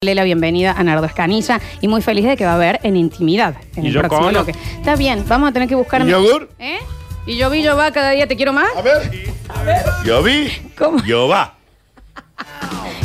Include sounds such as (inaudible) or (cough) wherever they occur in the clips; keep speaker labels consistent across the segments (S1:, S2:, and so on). S1: Dale la bienvenida a Nardo Escanilla y muy feliz de que va a haber en intimidad en
S2: ¿Y
S1: el
S2: yo
S1: próximo
S2: cono?
S1: bloque. Está bien, vamos a tener que buscar.
S2: ¿Y yogur?
S1: ¿Eh? Y yo vi, yo va, cada día te quiero más.
S2: A ver. Yo vi.
S1: ¿Cómo?
S2: Yo va.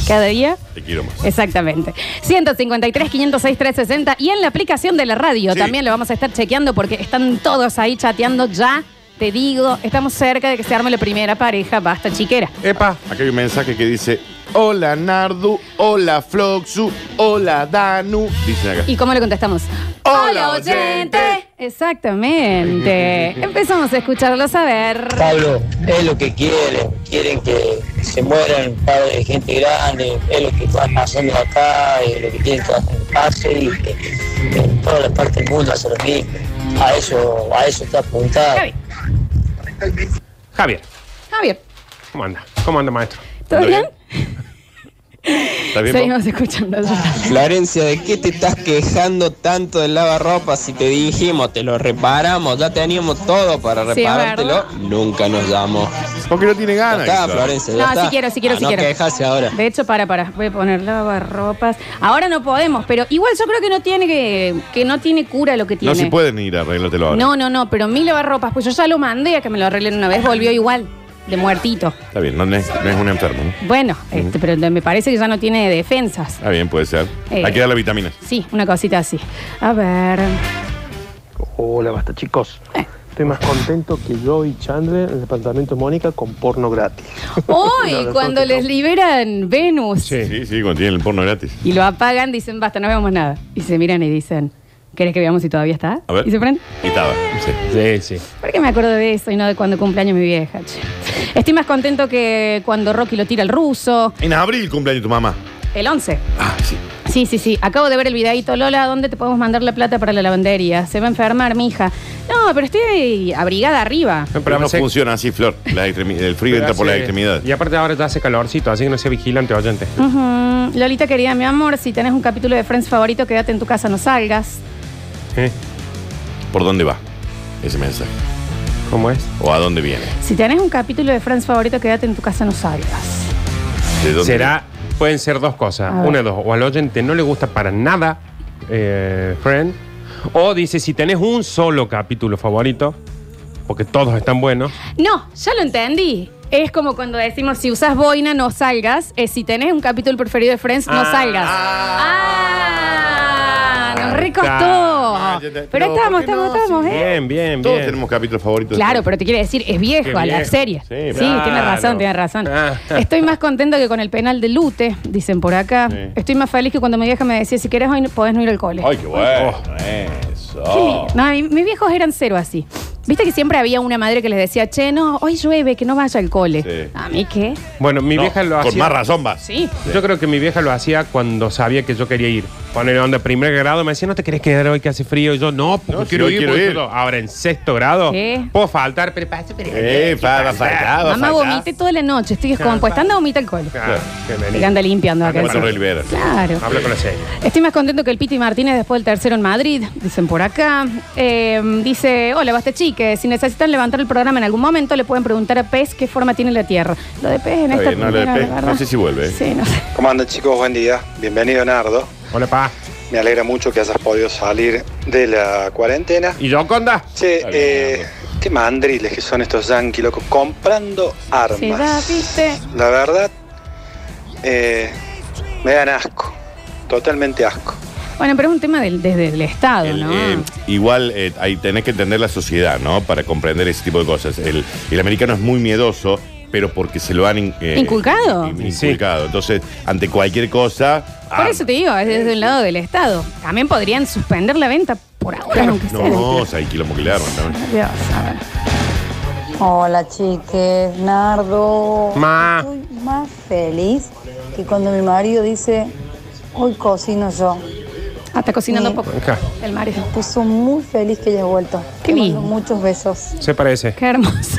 S1: Cada día.
S2: Te quiero más.
S1: Exactamente. 153, 506, 360 y en la aplicación de la radio
S2: Sí.
S1: también lo vamos a estar chequeando porque están todos ahí chateando ya. Te digo, estamos cerca de que se arme la primera pareja, basta chiquera.
S2: Epa, acá hay un mensaje que dice: Hola Nardu, hola Floxu, hola Danu. Dicen acá.
S1: ¿Y cómo le contestamos?
S2: Hola, oyente.
S1: Exactamente. Empezamos a escucharlos a ver.
S3: Pablo, es lo que quieren, quieren que se mueran padres de gente grande, es lo que van haciendo acá, es lo que quieren que hacen en paz y que en toda la parte del mundo hacer lo mismo. A eso, a eso está apuntado.
S1: Javi,
S4: Javier,
S1: Javier,
S4: ¿cómo anda? ¿Cómo anda, maestro?
S1: ¿todo
S2: ¿Todo
S1: bien?
S2: bien? ¿Está bien? Pau?
S1: Seguimos escuchando.
S5: Ah. Florencia, ¿de qué te estás quejando tanto del lavarropa si te dijimos, te lo reparamos, ya teníamos todo para
S1: Sí, es
S5: reparártelo? Nunca nos llamó.
S2: Porque Ah, no tiene
S5: Ya
S2: ganas.
S5: está,
S2: quizá.
S5: Florencia,
S1: No,
S5: ya está.
S1: sí quiero, sí quiero,
S5: Ah,
S1: sí
S5: no
S1: quiero.
S5: quejase ahora.
S1: De hecho, para, para, voy a poner lavarropas. Ahora no podemos, pero igual yo creo que no tiene que, que no tiene cura lo que tiene.
S2: No se pueden ir, arréglatelo ahora.
S1: No, no, no, pero mi lavarropas, pues yo ya lo mandé a que me lo arreglen una vez, volvió igual, de muertito.
S2: Está bien, no, no es, no es un enfermo. ¿no?
S1: Bueno, este, pero me parece que ya no tiene defensas.
S2: Está bien, puede ser.
S1: Eh.
S2: Hay que darle vitaminas.
S1: Sí, una cosita así. A
S2: (laughs)
S1: ver.
S6: Hola, basta chicos. Estoy más contento que yo y Chandler en el departamento de Mónica con porno gratis.
S1: Hoy, cuando les liberan Venus
S4: Sí.
S2: Sí, sí, cuando tienen el porno gratis.
S1: y lo apagan, dicen, basta, no vemos nada. Y se miran y dicen, ¿querés que veamos si todavía está?
S2: A ver.
S1: Y se prenden.
S2: Y estaba. Sí.
S4: Sí, sí.
S1: ¿Por qué me acuerdo de eso y no de cuando cumpleaños mi vieja? che? Estoy más contento que cuando Rocky lo tira al ruso,
S2: En abril cumpleaños de tu mamá.
S1: el 11.
S2: Ah, sí.
S1: Sí, sí, sí. Acabo de ver el videito. Lola, ¿dónde te podemos mandar la plata para la lavandería? Se va a enfermar, mi hija. No, pero estoy abrigada arriba.
S2: Pero no funciona así, Flor. Las extremi- el frío entra por las extremidades.
S4: Y aparte ahora ya hace calorcito, así que no sea vigilante, oyente.
S1: Ujú. Lolita, querida, mi amor, si tenés un capítulo de Friends favorito, quédate en tu casa, no salgas.
S4: ¿Eh?
S2: ¿Por dónde va ese mensaje?
S4: ¿Cómo es?
S2: ¿O a dónde viene?
S1: Si tenés un capítulo de Friends favorito, quédate en tu casa, no salgas.
S2: ¿De dónde viene?
S4: Será, pueden ser dos cosas.
S1: A ver.
S4: Una de dos. O al oyente no le gusta para nada eh, Friend. O dice, si tenés un solo capítulo favorito, porque todos están buenos.
S1: No, ya lo entendí. Es como cuando decimos, si usas boina, no salgas. Eh, si tenés un capítulo preferido de Friends, no
S4: Ah.
S1: salgas. ¡Ah! Nos recostó.
S2: Ah, ya te-
S1: pero
S2: no,
S1: estamos,
S2: ¿por qué
S1: estamos,
S2: no?
S1: estamos, ¿eh?
S4: Bien, bien, bien.
S2: Todos tenemos capítulos favoritos.
S1: Claro, pero te quiere decir, es viejo
S4: Qué
S1: a la
S4: viejo.
S1: serie. Sí,
S2: Sí,
S1: tiene
S4: claro.
S1: razón, tiene razón.
S4: Ah.
S1: Estoy más contento que con el penal de Lute, dicen por acá.
S2: Sí.
S1: Estoy más feliz que cuando mi vieja me decía, si querés hoy no- podés no ir al cole.
S2: Ay, qué bueno
S4: Oh.
S2: eso.
S1: Qué lindo. No, mi- mis viejos eran cero así. Viste que siempre había una madre que les decía, che, no, hoy llueve, que no vaya al cole.
S2: Sí.
S1: ¿A mí qué?
S4: Bueno, mi
S2: No,
S4: vieja lo
S2: Con más
S4: hacía.
S2: razón vas.
S1: Sí.
S4: Yo creo que mi vieja lo hacía cuando sabía que yo quería ir. Poner onda primer grado, me decía, ¿no te querés quedar hoy que hace frío? Y yo, no, porque
S2: No, si
S4: quiero,
S2: hoy
S4: ir,
S2: quiero
S4: porque
S2: ir.
S4: yo no". Ahora en sexto grado,
S1: Sí.
S4: puedo faltar, pero pasa, pero-
S2: Eh, para, faltado,
S1: Mamá
S2: faltado.
S1: vomité toda la noche, estoy descompuesta. Anda, vomita al cole.
S4: Claro, que vení.
S1: Y anda limpiando acá.
S4: Anda,
S2: Cuatro
S1: encima.
S2: Rivera.
S1: Claro.
S4: Ah, Habla con la serie.
S1: Estoy más contento que el Piti Martínez después del tercero en Madrid, dicen por acá. Eh, dice, hola, basta chique, si necesitan levantar el programa en algún momento, le pueden preguntar a Pez qué forma tiene la Tierra. Lo de Pez en
S2: Está
S1: esta
S2: bien, no, lo de
S1: primera,
S2: Pez,
S1: la verdad.
S2: no sé si vuelve, eh.
S1: Sí, no sé.
S7: ¿Cómo andan chicos? Buen día. Bienvenido Nardo.
S4: Hola, pa.
S7: Me alegra mucho que hayas podido salir de la cuarentena.
S4: ¿Y yo, Conda?
S7: Che, eh, qué mandriles que son estos yanquis, loco, comprando
S1: Sí, ya,
S7: armas.
S1: viste.
S7: La verdad, eh, me dan asco, totalmente asco.
S1: Bueno, pero es un tema del, desde el Estado,
S2: El,
S1: ¿no?
S2: eh, igual eh, ahí tenés que entender la sociedad, ¿no? Para comprender ese tipo de cosas. El, el americano es muy miedoso, pero porque se lo han in- eh,
S1: ¿Inculcado?
S2: in- inculcado. Entonces, ante cualquier cosa. ah,
S1: por eso te digo, es desde un lado del Estado. También podrían suspender la venta por ahora, aunque sea.
S2: No, o sea, hay quilombo que le arman también.
S1: Dios, a ver.
S8: Hola chiques, Nardo.
S4: Ma.
S8: Estoy más feliz que cuando mi marido dice, hoy cocino yo.
S1: Ah, está cocinando
S8: Sí.
S1: un poco
S4: Acá.
S1: el marido.
S8: Puso muy feliz que hayas vuelto.
S1: Qué
S8: Te
S1: lindo.
S8: mando Muchos besos.
S4: Se parece.
S1: Qué
S2: (laughs)
S1: hermoso.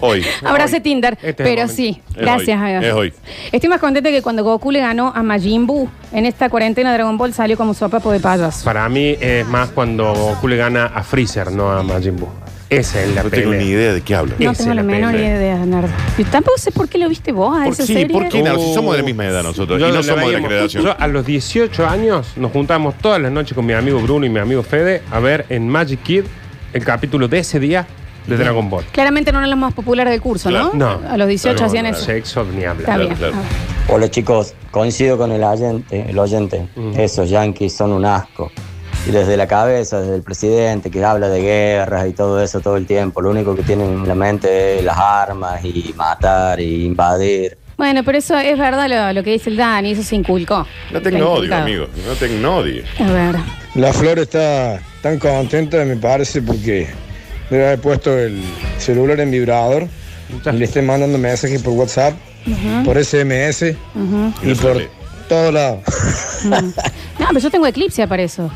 S2: Hoy.
S1: Abrace Tinder,
S4: Este es el
S1: pero
S4: momento.
S1: sí,
S2: Es
S1: gracias.
S2: hoy,
S1: a Dios.
S2: es hoy.
S1: Estoy más contenta que cuando Goku le ganó a Majin Buu. En esta cuarentena Dragon Ball salió como sopapo de payaso.
S4: Para mí es más cuando Goku le gana a Freezer, no a Majin Buu. Esa es la
S2: no tengo ni
S4: pelea.
S2: idea de qué hablo.
S4: Esa
S1: No
S4: es
S1: tengo la
S4: la
S1: menor
S4: pelea.
S1: idea, Nardo. Y tampoco sé por qué lo viste vos a
S2: Por-
S1: esa
S2: sí,
S1: serie.
S2: ¿por qué? Claro, si somos de la misma edad nosotros, y no
S4: la
S2: somos de la
S4: veíamos.
S2: generación.
S4: Yo a los 18 años nos juntábamos todas las noches con mi amigo Bruno y mi amigo Fede a ver en Magic Kid el capítulo de ese día de Dragon Ball.
S1: Claramente no eran los más populares del curso, ¿no?
S4: Claro. No.
S1: A los 18
S2: No,
S1: hacían
S2: no,
S1: eso.
S4: Sexo ni
S1: Está
S4: hablar.
S2: Claro,
S1: bien. Ah.
S2: claro.
S1: A ver.
S3: Hola chicos, coincido con el oyente, el oyente. Esos yanquis son un asco. Y desde la cabeza, desde el presidente que habla de guerras y todo eso todo el tiempo, lo único que tienen en la mente es las armas y matar y invadir.
S1: Bueno, pero eso es verdad lo, lo que dice el Dani, eso se inculcó.
S2: No
S1: Está
S2: tengo odio,
S1: inculcado.
S2: amigo. No tengo odio.
S1: A ver.
S9: La Flor está tan contenta, me parece, porque debe haber puesto el celular en vibrador y le estén mandando mensajes por WhatsApp, por SMS
S1: ujú.
S9: y por todos lados.
S1: No, pero yo tengo eclipse para eso.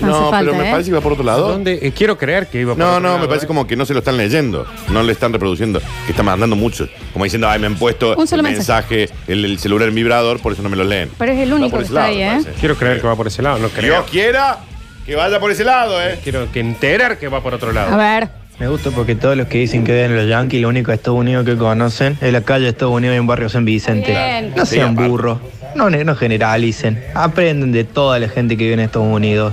S1: No, hace
S2: No,
S1: falta,
S2: pero me
S1: ¿eh?
S2: parece que va por otro lado.
S4: ¿Dónde? Eh, quiero creer que iba por
S2: No,
S4: otro
S2: no,
S4: lado,
S2: me parece
S4: ¿eh?
S2: como que no se lo están leyendo. No le están reproduciendo. Que están mandando mucho. Como diciendo, ay, me han puesto
S1: Un solo
S2: el mensaje, el, el celular en vibrador, por eso no me lo leen.
S1: Pero es el
S2: Va
S1: único
S2: por
S1: que
S2: ese
S1: está
S2: lado,
S1: ahí,
S2: me
S1: ¿eh?
S2: parece.
S4: Quiero creer que va por ese lado, no creo.
S2: Dios quiera que vaya por ese lado, ¿eh?
S4: Quiero que enterar que va por otro lado.
S1: A ver.
S10: Me gusta porque todos los que dicen que ven los Yankees, lo único de Estados Unidos que conocen es la calle de Estados Unidos y un barrio San Vicente.
S1: Bien.
S10: No
S2: Sí,
S10: sean
S2: aparte.
S10: burros, no, ne- no generalicen, aprenden de toda la gente que vive en Estados Unidos.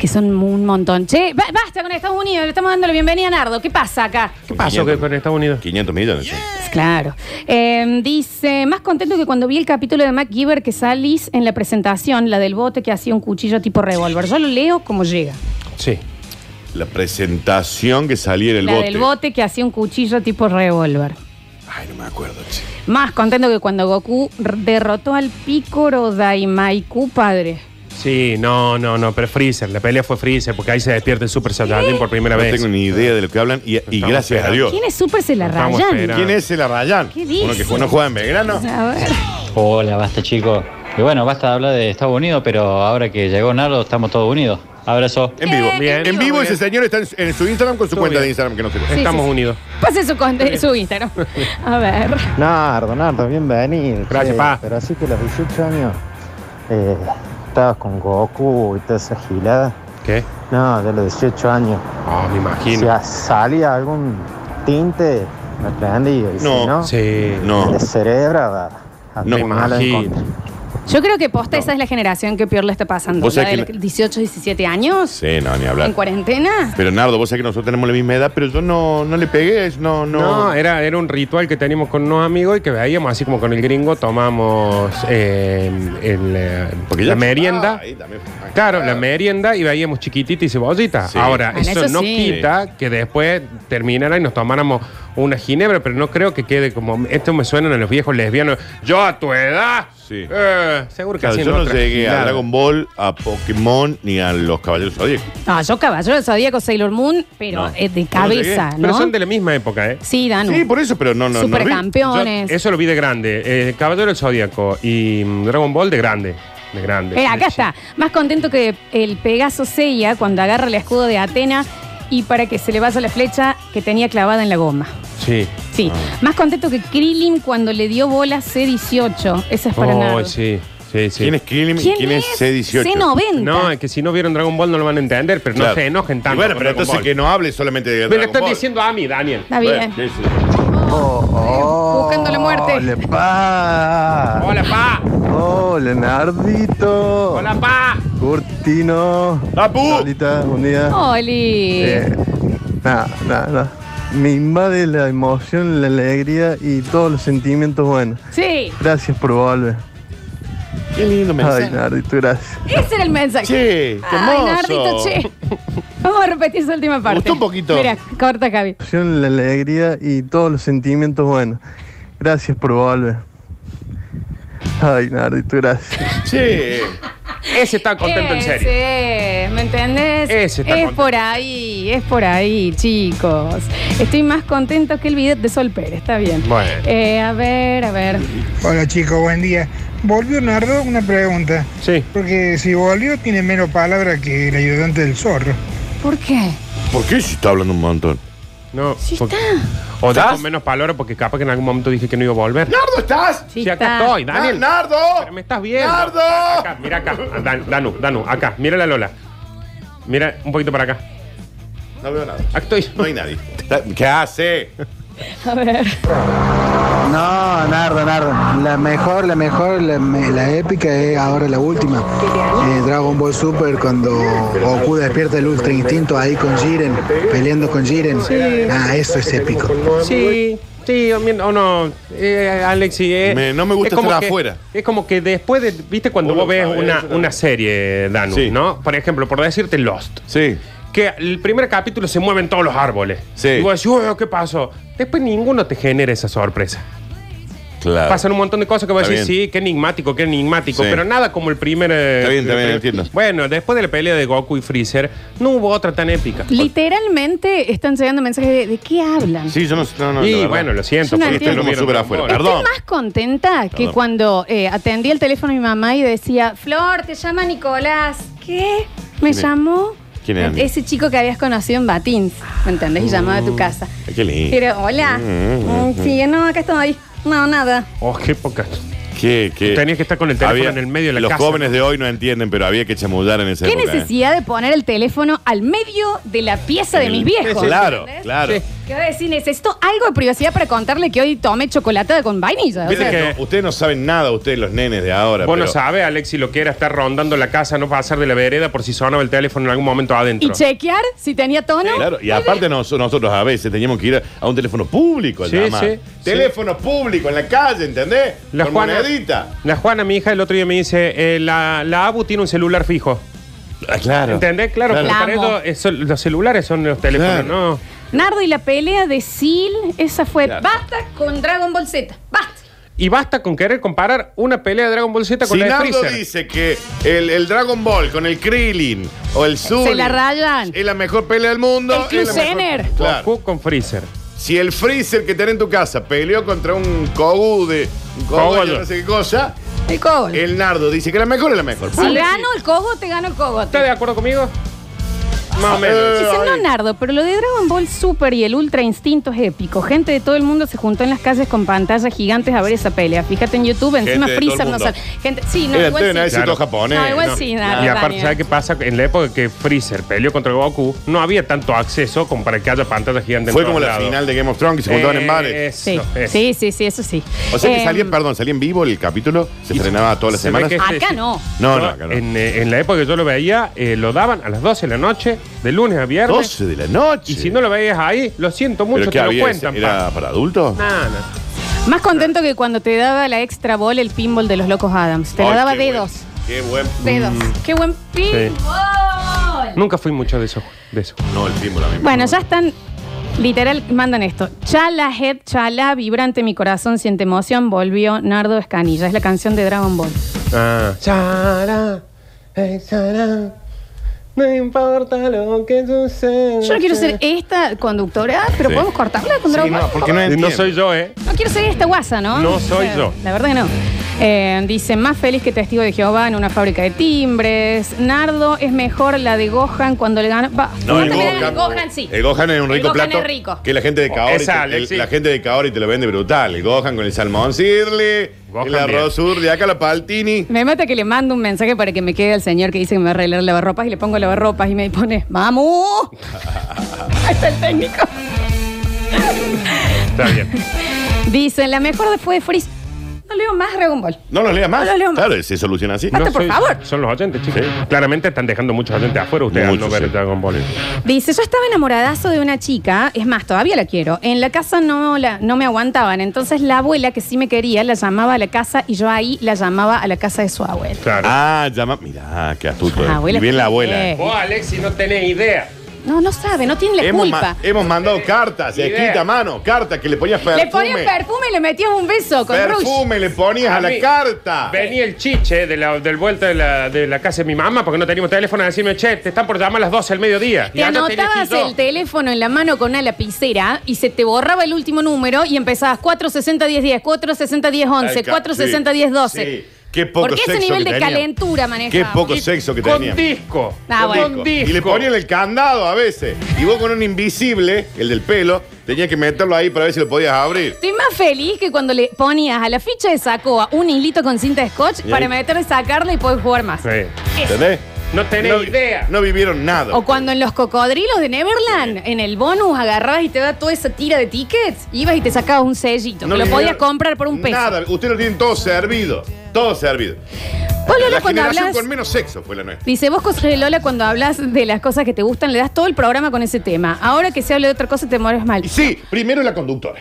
S1: Que son un montón. Che, ba- basta con Estados Unidos, le estamos dando la bienvenida a Nardo. ¿Qué pasa acá?
S4: ¿Qué pasó que con Estados Unidos?
S2: 500 millones. sí.
S1: Claro. Eh, dice, más contento que cuando vi el capítulo de MacGyver que salís en la presentación, la del bote que hacía un cuchillo tipo revólver. Yo lo leo como llega.
S4: Sí.
S2: La presentación que saliera el
S1: la
S2: bote.
S1: del bote que hacía un cuchillo tipo revólver.
S2: Ay, no me acuerdo, che.
S1: Más contento que cuando Goku r- derrotó al Picoro Daimaiku padre.
S4: Sí, no, no, no, pero Freezer, la pelea fue Freezer, porque ahí se despierta el Super Saiyajin por primera
S2: No
S4: vez.
S2: tengo ni idea de lo que hablan y, y
S4: Estamos
S2: gracias a
S4: esperando.
S2: Dios.
S1: ¿Quién es Super se la
S4: Estamos
S1: rayan?
S4: esperando.
S2: ¿Quién es el Arrayán?
S1: ¿Qué dice?
S2: Uno que ju- no juega en Belgrano.
S1: A ver.
S3: Hola, basta chicos. Y bueno, basta de hablar de Estados Unidos, pero ahora que llegó Nardo estamos todos unidos. Abrazo.
S2: En vivo.
S1: Eh,
S4: Bien.
S2: En vivo
S4: Muy
S2: ese
S4: bien.
S2: señor está en, en su Instagram con su
S4: Todo
S2: cuenta
S4: bien.
S2: de Instagram que no creo.
S4: Estamos
S1: sí, sí.
S4: unidos.
S1: Pase su, conte- su Instagram. A ver.
S10: Nardo, Nardo, bienvenido.
S4: Gracias, pa.
S10: Pero así que a los 18 años eh, estabas con Goku y toda esa gilada.
S4: ¿Qué?
S10: No, de los 18 años.
S4: Ah, me
S10: Si
S4: imagino.
S10: salía algún tinte, me prendía. Y
S2: No,
S10: si no,
S4: Sí.
S2: No.
S10: el cerebro a, a
S2: No,
S10: tu mala en
S4: imagino.
S10: contra.
S1: Yo creo que posta esa es la generación que peor le está pasando.
S2: Vos
S1: La
S2: sabés
S1: de
S2: que-
S1: 18, 17 años.
S2: Sí, no, ni
S1: ¿En
S2: hablar.
S1: cuarentena?
S2: Pero Nardo, vos sabés que nosotros tenemos la misma edad, pero yo no, no le pegué, es- no, no.
S4: No, eh, era, era un ritual que teníamos con unos amigos y que veíamos, así como con el gringo, tomamos eh, el, eh,
S2: ya-
S4: la merienda.
S2: Ah, ahí también. Ah,
S4: Claro, la merienda y veíamos chiquitita y cebollita.
S2: Sí.
S4: Ahora,
S1: Bueno,
S4: eso,
S1: eso
S4: no
S1: sí.
S4: quita que después terminara y nos tomáramos una ginebra, pero no creo que quede como. Esto me suena a los viejos lesbianos. Yo a tu edad.
S2: Sí.
S4: eh, seguro que
S2: Claro,
S4: haciendo
S2: yo no
S4: otra
S2: llegué
S4: gilada.
S2: a Dragon Ball, a Pokémon ni a los Caballeros Zodíaco.
S1: No, yo caballero de Zodíaco, Sailor Moon, pero
S2: No.
S1: eh, de
S2: llegué.
S1: cabeza,
S4: Pero
S1: ¿no?
S4: son de la misma época, ¿eh?
S1: Sí, Danu.
S2: Sí, por eso, pero no, no, no. vi.
S4: Yo
S1: Supercampeones.
S4: eso lo vi de grande. Eh, Caballero del Zodíaco y mm, Dragon Ball de grande. De grande.
S1: Eh, acá está. Más contento que el Pegaso Seiya cuando agarra el escudo de Atena y para que se le vaya la flecha que tenía clavada en la goma.
S4: Sí.
S1: Sí.
S4: Ah.
S1: Más contento que Krillin cuando le dio bola C18. Esa es para
S4: Oh,
S1: Nardo.
S4: sí. Sí, sí.
S2: ¿Quién es Krillin y
S1: ¿Quién,
S2: quién es C18?
S1: C90.
S4: No, es que si no vieron Dragon Ball no lo van a entender, pero
S2: Claro.
S4: no se enojen tanto.
S2: Y bueno,
S4: con
S2: pero
S4: Dragon
S2: entonces
S4: Ball.
S2: que no hable solamente de
S4: Me
S2: Dragon
S4: lo están
S2: Ball.
S4: diciendo a mí, Daniel.
S1: Está bien.
S2: Bueno, sí, sí.
S1: Buscando la muerte.
S10: Hola, pa.
S4: Hola, pa.
S10: Hola, Nardito.
S4: Hola, pa.
S10: Curtino.
S2: ¡Papu!
S10: Lolita, buen día.
S1: Oli.
S10: Eh, nada, nada, nada. Me invade la emoción, la alegría y todos los sentimientos buenos.
S1: Sí.
S10: Gracias por volver.
S2: Qué lindo
S10: Ay,
S2: mensaje.
S10: Nardito, gracias.
S1: Ese era el mensaje.
S2: Che, qué
S1: Ay,
S2: hermoso.
S1: Nardito, che. (laughs) Vamos a repetir esa última parte.
S2: gustó un poquito.
S1: Mira, corta, Javi.
S10: La emoción, la alegría y todos los sentimientos buenos. Gracias por volver. Ay, Nardito, gracias.
S2: Che.
S4: Ese está contento
S1: Eh,
S4: en serio.
S1: Ese, ¿me entendés?
S4: Ese está
S1: es
S4: contento.
S1: por ahí, es por ahí, chicos. Estoy más contento que el video de Sol Pérez, está bien.
S4: Bueno.
S1: Eh, a ver, a ver.
S9: Hola chicos, buen día. Volvió Nardo, una pregunta.
S4: Sí.
S9: Porque si volvió tiene menos palabra que el ayudante del zorro.
S1: ¿Por qué?
S2: ¿Por qué si está hablando un montón?
S4: No.
S1: Sí
S4: porque- O de con menos palabra porque capaz que en algún momento dije que no iba a volver.
S2: ¡Nardo, estás!
S1: Sí
S4: Si acá
S1: está.
S4: estoy, Daniel.
S2: ¡Nardo!
S4: Pero me estás viendo.
S2: ¡Nardo!
S4: Acá, mira acá. Ah, Dan- Danu, Danu, acá. Mira la Lola. Mira un poquito para acá.
S2: No veo nada.
S4: Acto
S2: No hay nadie. ¿Qué hace?
S1: A ver.
S11: No, Nardo, Nardo. La mejor, la mejor, la, me- la épica es ahora la última. Eh, Dragon Ball Super cuando Goku despierta el Ultra Instinto ahí con Jiren, peleando con Jiren. Ah, eso es épico.
S4: Sí, sí, o, mi- o no, eh, Alexi. eh,
S2: Me- no me gusta estar
S4: que,
S2: afuera.
S4: Es como que después de, viste, cuando
S2: Vos
S4: vos,
S2: lo
S4: ves
S2: sabés,
S4: una,
S2: yo no.
S4: una serie, Danu, ¿no? Por ejemplo, por decirte Lost.
S2: Sí.
S4: Que el primer capítulo se mueven todos los árboles.
S2: Sí.
S4: Y vos decís, "Uy, ¿qué pasó? Después ninguno te genera esa sorpresa.
S2: Claro.
S4: Pasan un montón de cosas que vos
S2: Está
S4: decís,
S2: bien.
S4: sí, qué enigmático, qué enigmático,
S2: Sí.
S4: pero nada como el primer... eh,
S2: Está bien, está bien,
S4: primer-
S2: entiendo.
S4: Bueno, después de la pelea de Goku y Freezer, no hubo otra tan épica.
S1: Literalmente están llegando mensajes de, ¿de qué hablan?
S2: Sí, yo no. no, no
S4: Y
S2: la verdad.
S4: bueno, lo siento,
S1: Yo no
S4: porque
S1: entiendo.
S4: ustedes lo vieron
S2: Como súper
S4: tan
S2: afuera.
S4: pobre.
S2: Perdón.
S1: Estoy más contenta que
S2: Perdón.
S1: cuando eh, atendí el teléfono de mi mamá y decía, Flor, te llama Nicolás. ¿Qué? ¿Me
S2: ¿Quién es?
S1: llamó?
S2: ¿Quién es, amigo?
S1: Ese chico que habías conocido en Batins, ¿me entendés? Y llamaba a tu casa.
S2: Ay, Qué lindo.
S1: Pero, hola.
S2: Uh. Mm,
S1: Mm, Sí, no, acá estoy. No, nada.
S4: Oh, qué poca.
S2: ¿Qué, qué?
S4: Tenías que estar con el teléfono en el medio de la
S2: los
S4: casa.
S2: jóvenes de hoy no entienden, pero había que chamullar en ¿eh? ese
S1: ¿Qué necesidad de poner el teléfono al medio de la pieza de mis viejos?
S2: Claro,
S1: ¿entendés?
S2: claro.
S1: ¿Qué voy a decir? Necesito algo de privacidad para contarle que hoy tomé chocolatada con vainilla. O sea,
S2: Viste que no- ustedes no saben nada, ustedes los nenes de ahora.
S4: Vos no
S2: pero-
S4: sabés, Alex, si lo que era estar rondando la casa, no pasar de la vereda por si sonaba el teléfono en algún momento adentro.
S1: y chequear si tenía tono.
S2: Claro, y aparte nos- nosotros a veces teníamos que ir a un teléfono público a
S4: Sí,
S2: llamar.
S4: sí,
S2: teléfono público en la calle, ¿entendés?
S4: La
S2: Con
S4: Juana-
S2: monedita.
S4: La Juana, mi hija, el otro día me dice, eh, la, la Abu tiene un celular fijo.
S2: Ah, claro.
S4: ¿Entendés? Claro,
S2: Claro.
S4: porque para
S1: La amo.
S4: eso, eso- los celulares son los teléfonos,
S2: Claro.
S4: ¿no?
S1: Nardo y la pelea de Sil, esa fue.
S2: Claro.
S1: Basta con Dragon Ball Z. Basta.
S4: Y basta con querer comparar una pelea de Dragon Ball Z con
S2: Si
S4: la de
S2: Nardo
S4: Freezer.
S2: dice que el, el Dragon Ball con el Krillin o el Sur
S1: Se la rayan.
S2: es la mejor pelea del mundo.
S1: El Club
S2: es la mejor-
S1: Zener.
S2: Claro.
S4: Goku con Freezer.
S2: Si el Freezer que tenés en tu casa peleó contra un Kogu de un Kogu de
S4: Cogollo.
S2: no sé qué cosa,
S1: El Cobol.
S2: el Nardo dice que la mejor es la mejor.
S1: si gano el Cogo, te gano el Cogo.
S4: ¿Estás de acuerdo conmigo? Más o menos.
S1: Dice, no,
S2: Ay.
S1: Nardo, pero lo de Dragon Ball Super y el Ultra Instinto es épico. Gente de todo el mundo se juntó en las calles con pantallas gigantes a ver esa pelea. Fíjate en YouTube, encima
S2: Gente de todo el
S1: Freezer no
S2: mundo.
S1: sale. Gente, sí, no,
S2: Era
S1: igual
S2: todo en
S1: sí.
S2: el éxito
S4: Claro.
S2: japonés.
S1: No, igual
S2: ¿no?
S1: sí, Nardo.
S4: y aparte,
S1: Daniel.
S4: ¿sabes qué pasa? En la época que Freezer peleó contra Goku, no había tanto acceso como para que haya pantallas gigantes. en
S2: Fue
S4: todos
S2: como la
S4: lados.
S2: final de Game of Thrones que se juntaban en
S4: Eh,
S2: bares.
S1: Sí.
S4: eso, eso.
S1: sí, sí, sí, eso sí.
S2: O sea que
S1: Eh,
S2: salía, perdón, salía en vivo el capítulo, se estrenaba todas las
S4: se ve
S2: semanas.
S4: que- este
S1: Acá no.
S2: No, no, acá no.
S4: En, eh, en la época que yo lo veía, eh, lo daban a las 12 de la noche, de lunes a viernes.
S2: 12 de la noche.
S4: Y si no lo veías ahí, lo siento mucho,
S2: ¿Pero qué
S4: te lo
S2: había?
S4: cuentan.
S2: ¿Era
S4: pa.
S2: para adultos?
S4: Nah, nah.
S1: Más contento que cuando te daba la extra ball el pinball de los locos Adams. Te la
S2: Ay,
S1: daba
S2: qué
S1: dedos.
S2: buen- Qué buen.
S1: Dedos.
S2: Mm.
S1: Qué buen pinball.
S4: Nunca fui mucho de eso. De eso.
S2: No, el pinball a mí me-
S1: Bueno, ya están. Literal, mandan esto. Chala, head, chala, vibrante mi corazón, siente emoción, volvió Nardo Escanilla. Es la canción de Dragon Ball.
S4: Ah. Chara, eh, chara, no importa lo que suceda.
S1: Yo no quiero ser esta conductora, pero
S2: Sí.
S1: podemos cortarla con
S2: Sí,
S1: Dragon Ball.
S2: no, porque no
S4: Eh,
S2: entiendo.
S4: No soy yo, ¿eh?
S1: No quiero ser esta guasa, ¿no?
S4: No soy yo.
S1: La verdad que no. Eh, dice, más feliz que testigo de Jehová en una fábrica de timbres. Nardo es mejor la de Gohan cuando le gana. Va,
S2: No, el
S1: cuando le gana
S2: Gohan,
S1: el Gohan sí.
S2: El Gohan es un
S1: El
S2: rico
S1: Gohan
S2: plato.
S1: es rico.
S2: Que la gente de Kaori,
S4: Oh, Esa,
S2: te- el-
S4: Alexi.
S2: la gente de Kaori te lo vende brutal. El Gohan con el salmón Sirli,
S4: Gohan
S2: el arroz Urli, acá la paltini.
S1: Me mata que le mando un mensaje para que me quede el señor que dice que me va a arreglar lavarropas y le pongo lavarropas y me pone, ¡Mamu! Ahí está el técnico.
S4: Está bien.
S1: Dice, la mejor de fue de Freeze. No leo más Dragon Ball.
S2: No los leas más.
S1: No los leo más.
S2: Claro, se soluciona así.
S1: Basta, por
S4: soy-
S1: favor.
S4: Son los oyentes, chicos.
S2: Sí.
S4: Claramente están dejando muchos oyentes afuera ustedes
S2: Muchos,
S4: al no ver
S2: sí.
S4: Dragon Ball.
S1: Dice, yo estaba enamoradazo de una chica, es más, todavía la quiero. En la casa no, la, no me aguantaban, entonces la abuela que sí me quería la llamaba a la casa y yo ahí la llamaba a la casa de su abuela.
S4: Claro.
S2: Ah, llama. Mirá, qué astuto. eh.
S1: Ah, abuela,
S2: y bien la abuela.
S1: eh.
S4: Vos, Alexi, no tenés idea.
S1: No, no sabe, no tiene la
S2: Hemos,
S1: culpa.
S2: ma- hemos mandado cartas,
S4: Idea.
S2: escrita a mano, cartas que le ponías perfume.
S1: Le ponías perfume y le metías un beso con Rush.
S2: Perfume le ponías a
S4: A
S2: la
S4: mí-
S2: carta.
S4: Venía el chiche de la, del vuelta de la, de la casa de mi mamá porque no teníamos teléfono a decirme, che, te están por llamar a las 12 del mediodía.
S1: Te anotabas el teléfono en la mano con una lapicera y se te borraba el último número y empezabas 460 10 10, 460 10 11, 460 10 12.
S2: Sí. Qué poco
S1: Porque ese
S2: sexo
S1: nivel
S2: que
S1: de
S2: tenía.
S1: calentura manejaba.
S2: Qué poco sexo que
S4: Con
S2: teníamos.
S4: disco.
S1: Ah,
S4: con
S1: bueno.
S4: disco.
S2: Y le ponían el candado a veces. Y vos con un invisible, el del pelo, tenías que meterlo ahí para ver si lo podías abrir.
S1: Estoy más feliz que cuando le ponías a la ficha de Sacoa un hilito con cinta de scotch
S2: Y
S1: para
S2: ahí-
S1: meterle, sacarla y poder jugar más.
S4: Sí.
S2: ¿Entendés?
S4: No tenés
S2: No vi-
S4: idea.
S2: No vivieron nada.
S1: O cuando en los cocodrilos de Neverland, en el bonus, agarrabas y te da toda esa tira de tickets, ibas y te sacabas un sellito.
S2: No
S1: que lo
S2: le
S1: podías
S2: dieron
S1: comprar por un peso.
S2: Nada, ustedes lo tienen todo servido. Todo servido.
S1: Vos, Lola,
S2: la
S1: cuando
S2: generación
S1: hablas-
S2: con menos sexo fue la nuestra.
S1: Dice, vos, José Lola, cuando hablas de las cosas que te gustan, le das todo el programa con ese tema. Ahora que se hable de otra cosa, te mueres mal.
S2: Sí, primero la conductora.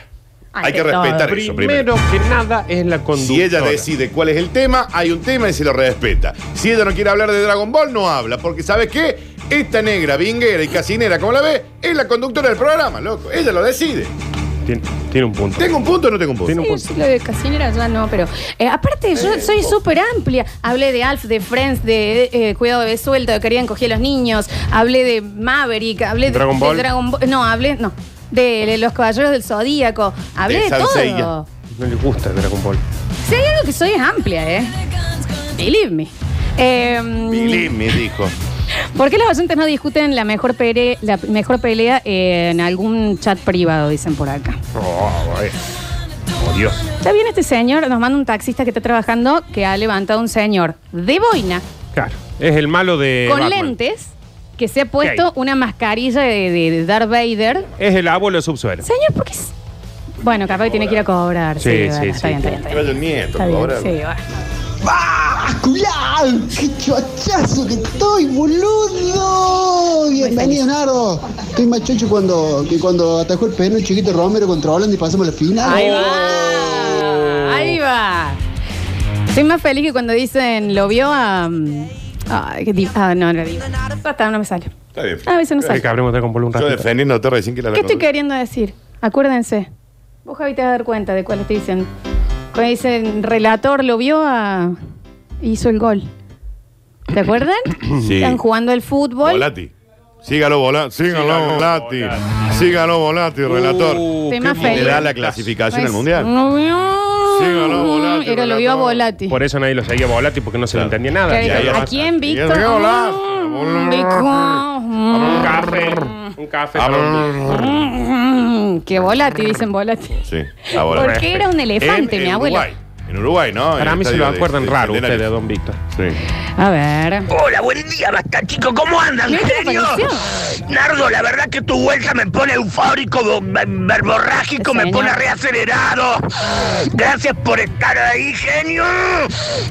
S2: Hay que
S1: Ante todo.
S2: respetar eso primero.
S4: Primero que nada es la conductora.
S2: Si ella decide cuál es el tema, hay un tema y se lo respeta. Si ella no quiere hablar de Dragon Ball, no habla. Porque ¿sabes qué? Esta negra, vinguera y casinera, como la ve, es la conductora del programa, loco. Ella lo decide.
S4: Tiene, tiene un punto.
S2: ¿Tengo un punto o no tengo un punto?
S4: Tiene un
S1: Sí,
S4: punto.
S1: sí, lo de Casinera ya no, pero eh, aparte yo soy súper amplia. Hablé de Alf, de Friends, de eh, Cuidado de Suelto, de Querían Cogí a los Niños, hablé de Maverick, hablé de
S4: Dragon
S1: de
S4: Ball.
S1: Dragon Ball- No, hablé, no, de, Los Caballeros del Zodíaco, hablé
S4: De
S1: de,
S4: Sansella.
S1: todo.
S4: No le gusta el Dragon Ball.
S1: Si hay algo que soy es amplia, ¿eh? Believe me. Em,
S2: Billy me dijo.
S1: ¿Por qué los oyentes no discuten la mejor, pere- la mejor pelea en algún chat privado, dicen por acá?
S4: Oh, eh. Oh, Dios.
S1: Está bien este señor, nos manda un taxista que está trabajando que ha levantado un señor de boina
S4: Claro. Es el malo de.
S1: con
S4: Eh, Batman.
S1: lentes que se ha puesto una mascarilla de, de- de Darth Vader.
S4: Es el abuelo subsuelo.
S1: Señor, ¿por qué? es- Bueno, capaz que tiene que ir a cobrar.
S4: Sí, sí,
S1: bueno,
S4: sí.
S1: Está bien, está bien, está
S2: Que
S1: bien.
S2: vaya el nieto,
S1: Está bien,
S2: ahora.
S1: sí, bueno.
S12: ¡Basculado! ¡Qué chochazo que estoy, boludo! Bienvenido, Nardo. Estoy más chocho cuando, que cuando atajó el penal el chiquito Romero contra Holanda y pasamos a la final.
S1: Ahí va. Ahí va. Estoy más feliz que cuando dicen lo vio a. Ah, qué di- ah, no, no digo. Basta, no me sale. Ah,
S2: Está bien.
S1: A veces no
S4: Es
S1: sale.
S4: que hablemos de Dragon Ball un
S2: Yo
S4: ratito.
S2: defendiendo a Torre recién que la
S1: ¿Qué estoy queriendo decir? Acuérdense. Vos, Javi, te vas a dar cuenta de cuáles te dicen. Cuando dicen, relator lo vio a. hizo el gol. ¿Te acuerdan?
S2: Sí.
S1: Están jugando el fútbol.
S2: Volati. Sígalo, Volati. Sígalo, Volati. Sígalo, Volati, relator.
S1: Estoy más
S2: Le da
S1: Uh, feliz.
S2: la clasificación al
S1: Pues,
S2: mundial.
S1: Lo vio.
S2: Sí, ganó Volati,
S1: Era lo vio a
S2: relator.
S1: Volati.
S4: Por eso nadie lo seguía a Volati porque no se le entendía
S1: ¿Qué
S4: nada. Y
S1: dijo?
S4: ahí
S1: ¿A
S4: además-
S1: quién, Víctor?
S2: el gol, ah.
S1: Mm, Víctor.
S4: Un café. Un café. para un-
S1: Mm, Que Volati, dicen Volati.
S2: Sí, ahora.
S1: Porque era un elefante,
S2: En-
S1: mi
S2: en
S1: abuelo.
S2: Uruguay. En Uruguay, ¿no? En
S4: Para
S2: el
S4: mí se
S2: estadio
S4: lo
S2: de-
S4: acuerdan
S2: de-
S4: raro
S2: de-
S4: ustedes, don Víctor.
S2: Sí.
S1: A ver.
S13: Hola, buen día, basta chico, ¿cómo andan,
S1: Mira esta
S13: genio? Nardo, la verdad que tu vuelta me pone eufórico, bo- me- verborrágico, me pone reacelerado. Gracias por estar ahí, genio.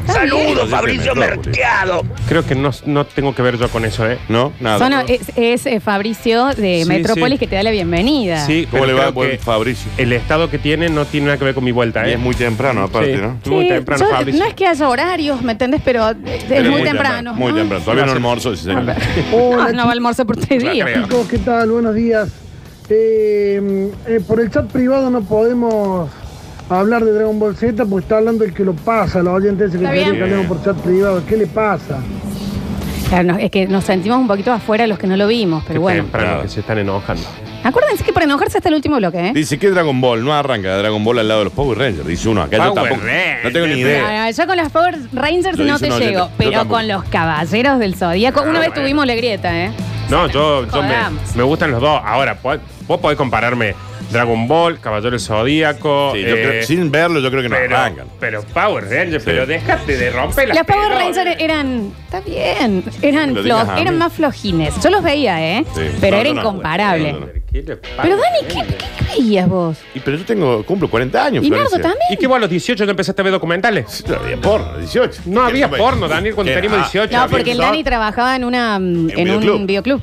S13: Saludos,
S4: bien.
S13: Fabricio Merqueado.
S4: Creo que no, no tengo que ver yo con eso, ¿eh?
S2: No, nada.
S1: Son- es, es, eh, Fabricio de
S4: Sí,
S1: Metrópolis
S4: sí.
S1: que te da la bienvenida.
S4: Sí,
S2: ¿Cómo
S4: pero
S2: le va,
S4: creo
S2: buen
S4: que
S2: Fabricio?
S4: El estado que tiene no tiene nada que ver con mi vuelta, ¿eh?
S2: Y es muy temprano, aparte,
S4: Sí.
S2: ¿no?
S1: Sí,
S4: Muy temprano,
S1: yo-
S4: Fabricio.
S1: No es que haya horarios, ¿me entendés? Pero eh, es
S2: Pero
S1: muy, temprano. Ah.
S2: Muy
S1: ¿no? (laughs)
S2: temprano. Todavía no almuerzo, sí, señor.
S1: Ah, no va a almorzar por tres días.
S14: Chicos, ¿qué tal? Buenos días. Eh, eh, por el chat privado no podemos hablar de Dragon Ball Z porque está hablando el que lo pasa, los oyentes ese que
S1: Está
S14: creen
S1: bien.
S14: que hablemos por chat privado. ¿Qué le pasa?
S1: Claro, no, es que nos sentimos un poquito afuera los que no lo vimos,
S4: Qué
S1: pero bueno.
S4: temprano que se están enojando.
S1: Acuérdense que para enojarse hasta el último bloque, ¿eh?
S2: Dice que Dragon Ball no arranca Dragon Ball al lado de los Power Rangers. Dice uno, acá yo
S4: Power
S2: tampoco. No tengo ni idea.
S1: Ah, yo con los Power Rangers
S2: Lo
S1: no te
S2: dice un oyente.
S1: llego,
S2: Yo
S1: pero
S2: tampoco.
S1: con los Caballeros del Zodíaco una vez tuvimos la grieta, ¿eh?
S4: No, yo, yo me,
S1: Jodamos.
S4: me gustan los dos. Ahora, po- vos podés compararme Dragon Ball, Caballero del Zodíaco.
S2: Sí, yo creo- sin verlo, yo creo que no
S4: Eh, pero,
S2: arrancan.
S4: Pero Power Rangers, pero dejate de romper las
S1: Los Power
S4: pelotas.
S1: Rangers eran. Está bien. Eran,
S4: Lo digas
S1: floj-
S4: a mí.
S1: eran más flojines. Yo los veía, ¿eh?
S2: Sí.
S1: Pero
S2: No,
S1: era
S2: no, no,
S1: incomparable.
S2: no, no, no.
S1: Pero Dani, ¿qué, qué veías vos?
S2: Y pero yo tengo, cumplo 40 años.
S1: Y Nardo
S2: Florencia.
S1: también.
S4: ¿Y qué vos a los 18 no empezaste a ver documentales?
S2: No había porno, 18.
S4: No había
S2: Que
S4: porno, Daniel, cuando
S2: que-
S4: teníamos
S2: ah,
S4: 18.
S1: No,
S4: había
S1: porque el
S4: dos.
S1: Dani trabajaba en una mm, en,
S4: videoclub.
S1: un videoclub.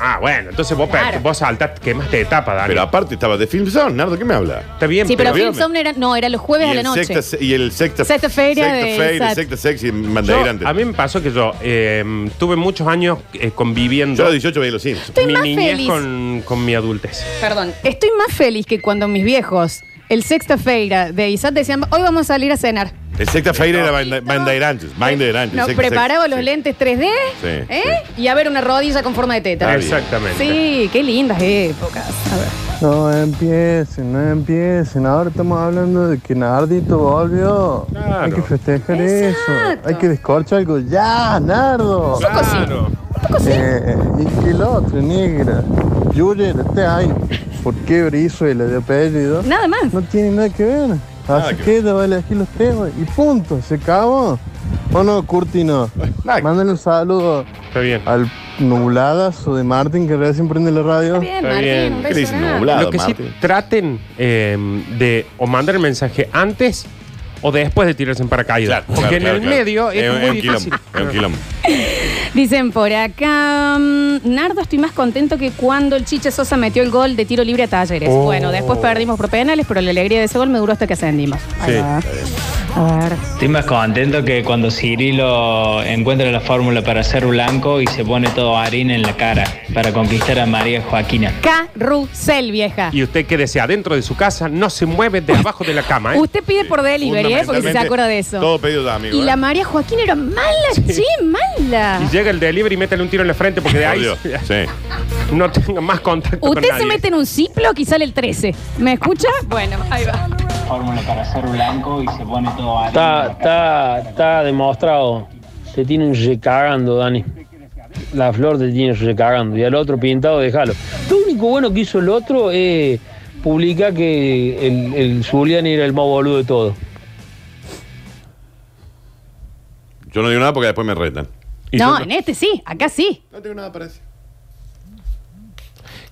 S4: Ah, bueno, entonces vos,
S1: Claro.
S4: vos saltás, quemaste de etapa, Daniel.
S2: Pero aparte estaba de Film Zone, Nardo, ¿qué me habla?
S4: Está bien,
S1: Sí, pero Film Zone era, no, era los
S2: Y
S1: jueves a la
S2: el,
S1: noche.
S2: sexta, y el sexta.
S1: Sexta feria
S2: Sexta
S1: del
S2: feria,
S1: SAT.
S2: sexta sexy en
S4: Yo-
S2: Bandeirante.
S4: a mí me pasó que yo eh, tuve muchos años eh, conviviendo. Yo a
S2: los 18 veía los Simpsons.
S1: Estoy
S4: mi
S1: más
S4: niñez
S1: feliz.
S4: Con, con mi adultez.
S1: Perdón, estoy más feliz que cuando mis viejos, el sexta feira de Isaac, decían, hoy vamos a salir a cenar.
S2: El sexta feira era Banda- Bandeirantes. Bandeirantes.
S1: Nos
S2: sexta,
S1: preparaba
S2: sexta,
S1: los
S2: sí.
S1: lentes 3D
S2: Sí,
S1: ¿eh? y a ver una rodilla con forma de teta.
S2: Está bien. Exactamente.
S1: Sí, qué lindas épocas. A ver.
S10: No empiecen, no empiecen. Ahora estamos hablando de que Nardito volvió. Hay que festejar eso. Hay que descorchar algo. ¡Ya, Nardo!
S4: Claro.
S10: Eh, y que el otro, negra. Yuyer, esté ahí.
S8: (laughs)
S10: ¿Por qué Brizuela de apellido?
S1: Nada más.
S10: No tiene nada que ver. Así que ella va a elegir los temas y punto, se acabó. Bueno, Curtino, mándale un saludo al nubladazo de Martín que recién prende la radio.
S4: Está bien. Lo que sí, traten eh, de o mandar el mensaje antes o después de tirarse en paracaídas. Porque en el medio es,
S2: un-
S4: muy
S2: un quilombo,
S4: difícil.
S2: Es un quilombo.
S1: Este Dicen por acá, mm, Nardo, estoy más contento que cuando el Chiche Sosa metió el gol de tiro libre a Talleres.
S2: Oh.
S1: Bueno, después perdimos por penales, pero la alegría de ese gol me duró hasta que ascendimos. Ahí va. A ver.
S15: Estoy más contento que cuando Cirilo encuentra la fórmula para ser blanco y se pone todo harina en la cara para conquistar a María Joaquina.
S1: Carrusel, vieja.
S4: Y usted quédese adentro de su casa, no se mueve de abajo de la cama, ¿eh?
S1: Usted pide por delivery, ¿eh? Porque si se
S4: Fundamentalmente,
S1: acuerda de eso.
S4: todo pedido de amigo,
S1: Y
S4: ¿eh?
S1: la María Joaquín era mala, sí, mala.
S4: Y llega el delivery y métele un tiro en la frente porque de ahí (laughs) no tenga más contacto con
S1: Usted
S4: nadie.
S1: se mete en un ciclo y sale el 13. ¿Me
S4: (laughs)
S1: escucha? Bueno, ahí va.
S15: Fórmula para ser blanco y se pone todo harina.
S16: Está, está, está demostrado. Te tienen recagando, Dani. La flor te tiene recagando. Y al otro pintado, déjalo. Lo único bueno que hizo el otro
S17: Eh,
S16: es publicar que el, el Zulian era el más boludo de todo.
S2: Yo no digo nada porque después me retan.
S1: No, en este sí, acá sí.
S2: No tengo nada para decir.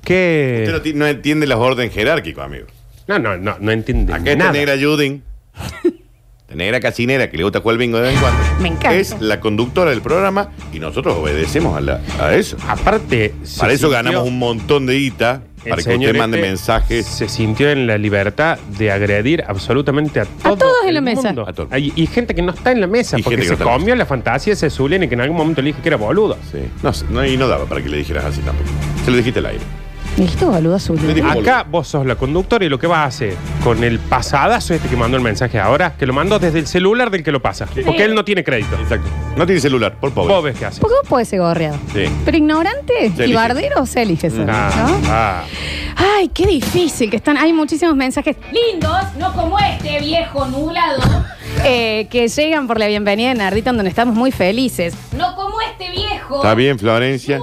S4: ¿Qué?
S2: Usted no ti- no, entiende las órdenes jerárquicas, amigo.
S4: No, no, no, no entiende.
S2: Acá está
S4: nada.
S2: negra (laughs) Judin. La negra casinera que le gusta jugar el bingo de vez en cuando.
S1: Me encanta.
S2: Es la conductora del programa y nosotros obedecemos a, la- a eso.
S4: Aparte,
S2: para eso
S4: sintió-
S2: ganamos un montón de guita
S4: El
S2: para que
S4: señor
S2: usted mande
S4: este
S2: mensajes.
S4: Se sintió en la libertad de agredir absolutamente a todo
S1: A todos en la
S4: el
S1: mesa.
S4: mundo. Hay- y gente que no está en la mesa porque
S2: gente que
S4: se
S2: no está en la
S4: comió la fantasía de ese Zulian y que en algún momento le dije que era boludo.
S2: No, sé, no, y no daba para que le dijeras así tampoco. Se lo dijiste al aire.
S1: Dijiste boludo azul.
S4: Acá vos sos la conductora y lo que vas a hacer con el pasadazo este que mandó el mensaje ahora, que lo mandó desde el celular del que lo pasa. Porque él no tiene crédito.
S2: Exacto. No tiene celular, por favor.
S4: Pobres que hace.
S1: ¿Por qué puede ser gorreado?
S2: Sí.
S1: Pero ignorante
S2: Se
S1: y
S2: elige.
S1: bardero se elige eso, ¿no?
S4: Ah,
S1: Ay, qué difícil que están. Hay muchísimos mensajes lindos, no como este viejo nublado,
S2: (laughs)
S1: eh, que llegan por la bienvenida de Nardita, donde estamos muy felices. No como este viejo.
S2: Está bien, Florencia.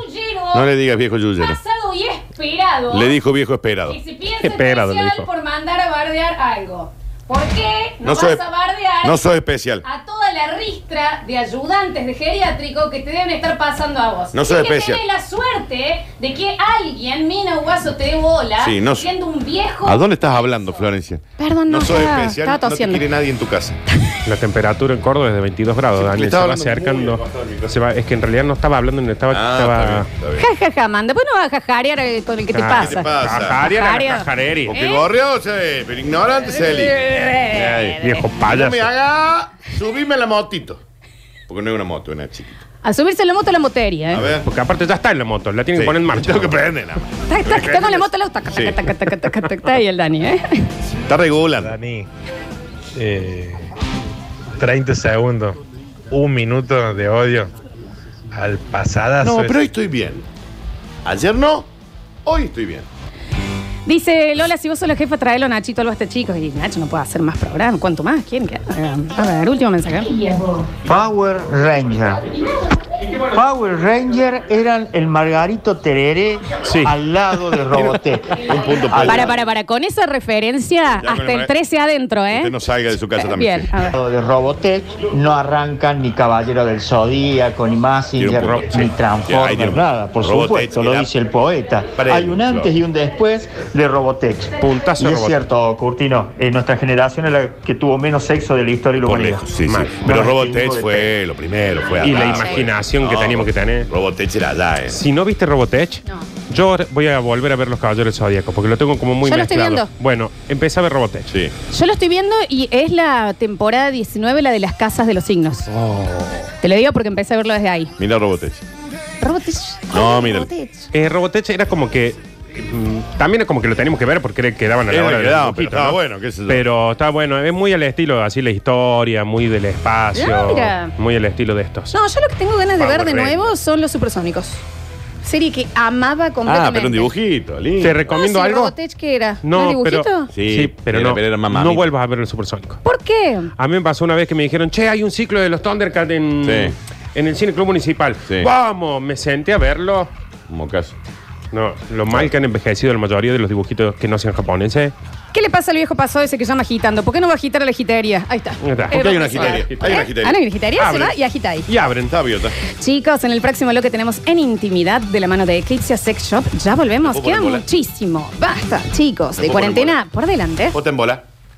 S2: No le digas viejo Yuyero.
S1: Pasado y esperado.
S2: Le dijo viejo esperado.
S1: Que se piensa
S2: Esperado, le
S1: especial
S2: dijo.
S1: por mandar a bardear algo. ¿Por qué no,
S2: No
S1: vas
S2: soy-
S1: a bardear
S2: No sos especial.
S1: a toda la ristra de ayudantes de geriátrico que te deben estar pasando a vos?
S2: No
S1: Y
S2: soy
S1: que
S2: especial.
S1: tenés la suerte de que alguien, mina o guaso, te dé bola
S2: Sí, no-
S1: siendo un viejo.
S2: ¿A dónde estás hablando, Florencia?
S1: Perdón, no,
S2: No sos
S1: estaba-
S2: especial.
S1: estaba
S2: No te
S1: tosiendo.
S2: quiere nadie en tu casa.
S4: La temperatura en Córdoba es de 22 grados, Daniel. Se
S2: estaba
S4: va
S2: hablando muy
S4: acercando.
S2: abajo del
S4: Se va- es que en realidad no estaba hablando, no estaba.
S2: Ah,
S4: estaba-
S2: está bien, está bien.
S1: Ja, ja, ja, manda. Pues no vas a jajarear eh, con el
S2: Ah,
S1: que te
S4: Claro.
S1: pasa.
S4: ¿Qué te pasa? Jajarear a la
S1: Jajarear.
S4: jajareri.
S2: Porque gorreo, sí, eh, pero ignorante, Celi.
S1: Eh,
S4: viejo
S2: No
S4: payaso.
S2: me haga subirme la motito. Porque no es una moto, es una chiquita.
S1: A subirse la moto a la motería.
S2: A
S1: ¿eh?
S2: ver.
S4: Porque aparte ya está en la moto, la tienen que poner en marcha. Tengo
S2: que prender nada
S1: Tac, tac, Está con la moto al auto. Taca, taca, taca, taca, taca, taca, taca, Y el Dani, ¿eh?
S2: Está regulando.
S18: Dani, eh, 30 segundos, un minuto de odio al pasada.
S2: No, pero hoy estoy bien. Ayer no, hoy estoy bien.
S1: Dice Lola, si vos sos la jefa, tráelo a Nachito al Basta Chicos. Y Nacho no puede hacer más programa. ¿Cuánto más? ¿Quién? que haga? A ver, último mensaje.
S17: Power Ranger. Power Ranger eran el Margarito Terere al lado (laughs) de Robotech. Un punto
S1: Para, para, para. Con esa referencia,
S17: Ya,
S1: hasta
S17: bueno,
S1: el
S17: eh.
S1: 13 adentro, ¿eh?
S17: Usted
S2: no salga de su casa
S1: también, Bien, sí. a ver.
S17: de Robotech no arrancan ni Caballero del Zodíaco, ni
S2: Tiene
S17: Massinger,
S2: un punto, sí.
S17: ni
S2: Ya, ahí tiene
S17: Transformers,
S2: un-
S17: nada, por
S2: Robotech
S17: supuesto, lo
S2: era
S17: dice el poeta.
S2: previo,
S17: Hay un antes
S2: claro.
S17: y un después de Robotech.
S4: Puntazo
S17: y es
S4: Robotech.
S17: cierto, Curtino, eh, nuestra generación es la que tuvo menos sexo de la historia y la
S2: Por
S17: humanidad.
S2: lejos, sí, sí.
S17: Mal.
S2: Pero
S17: No,
S2: Robotech
S17: de-
S2: fue lo primero, fue
S4: Y la
S2: allá, fue-
S4: imaginación que
S2: No,
S4: teníamos que tener.
S2: Robotech era allá, ¿eh?
S4: Si no viste Robotech, yo ahora voy a volver a ver los Caballeros Zodíacos porque lo tengo como muy
S1: Yo lo estoy
S4: mezclado.
S1: viendo.
S4: Bueno, empecé a ver Robotech.
S2: Sí.
S1: Yo lo estoy viendo y es la temporada 19, la de las casas de los signos.
S2: Oh.
S1: Te lo digo porque empecé a verlo desde ahí.
S2: Mira Robotech.
S1: Robotech.
S2: No, mira.
S4: Eh, Robotech era como que. mm, También es como que lo teníamos que ver porque era el que daban a la
S2: Era
S4: hora
S2: el que
S4: del
S2: daban,
S4: dibujito,
S2: pero estaba bueno, qué sé yo.
S4: Pero está bueno, es muy al estilo, así la historia, muy del espacio.
S1: Ah, mira.
S4: Muy al estilo de estos.
S1: No, yo lo que tengo ganas de
S4: Power
S1: ver de
S4: Rangers.
S1: nuevo son los supersónicos. Serie que amaba completamente.
S2: Ah, pero un dibujito, lindo.
S4: Te recomiendo
S1: Ah, sí,
S4: algo.
S1: Robotech, ¿qué era? ¿No,
S4: No,
S1: dibujito?
S4: pero, sí, pero
S2: era-
S4: no,
S2: pero era más
S4: no
S2: mamita.
S4: vuelvas a ver el Supersónico.
S1: ¿Por qué?
S4: A mí me pasó una vez que me dijeron, che, hay un ciclo de los Thundercats en, en el Cine Club Municipal. Vamos, me senté a verlo.
S2: Mocaso.
S4: No, lo mal que han envejecido la mayoría de los dibujitos que no sean japoneses.
S1: ¿Qué le pasa al viejo pasado ese que llama agitando? ¿Por qué no va a agitar a la agitería? Ahí está.
S2: Ahí está.
S1: Eh,
S2: Porque hay una
S1: vamos a ver.
S2: agitería. Hay una agitería.
S1: Ah, no, hay una agitería, se
S2: Abren.
S1: va y agita ahí.
S2: Y abren. Está abierta.
S1: Chicos, en el próximo lo que tenemos en intimidad de la mano de Eclipse Sex Shop. Ya volvemos.
S2: ¿Puedo
S1: Queda
S2: poner bola?
S1: muchísimo. Basta, chicos.
S2: ¿Me
S1: De
S2: puedo poner
S1: cuarentena por delante.
S2: Vota en bola.